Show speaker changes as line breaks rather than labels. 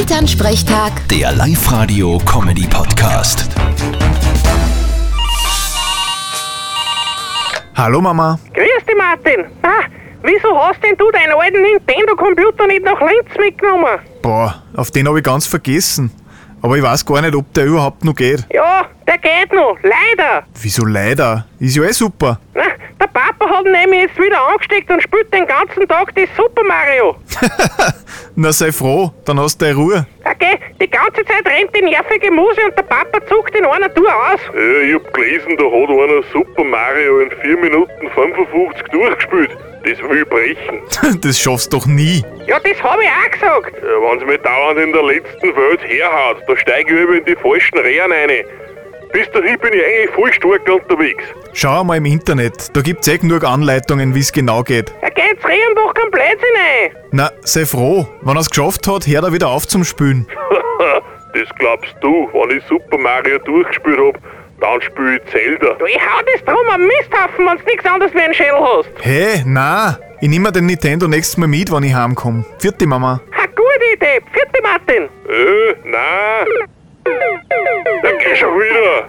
Elternsprechtag,
Der Live-Radio-Comedy-Podcast.
Hallo Mama.
Grüß dich, Martin. Ah, wieso hast denn du deinen alten Nintendo-Computer nicht nach Linz mitgenommen?
Boah, auf den habe ich ganz vergessen. Aber ich weiß gar nicht, ob der überhaupt noch geht.
Ja, der geht noch, leider.
Wieso leider? Ist ja eh super.
Na, der Papa hat ihn nämlich jetzt wieder angesteckt und spielt den ganzen Tag das Super Mario.
Na sei froh, dann hast du deine Ruhe.
Okay, die ganze Zeit rennt die nervige Muse und der Papa zuckt in einer Tour aus.
Ja, Äh, ich hab gelesen, da hat einer Super Mario in 4 Minuten 55 durchgespielt. Das will ich brechen.
Das schaffst doch nie.
Ja, das habe ich auch gesagt.
Ja, wenn's mich dauernd in der letzten Welt herhaut, da steig ich über in die falschen Rehren rein. Bis dahin bin ich eigentlich voll stark unterwegs.
Schau mal im Internet, da gibt's eh genug Anleitungen, wie's genau geht.
Er geht jetzt reden doch kein Blödsinn ein.
Na, sei froh, wenn er's geschafft hat, hör da wieder auf zum Spülen.
das glaubst du, wenn ich Super Mario durchgespielt hab, dann spiel ich Zelda.
Du, ich hau das drum am Misthaufen, wenn du nichts anderes wie einen Schädel hast.
Hä, hey, na, ich nehm mir den Nintendo nächstes Mal mit, wenn ich heimkomm. Vierte Mama.
Ha, gute Idee. Vierte Martin.
Äh, nein. Da geh schon wieder.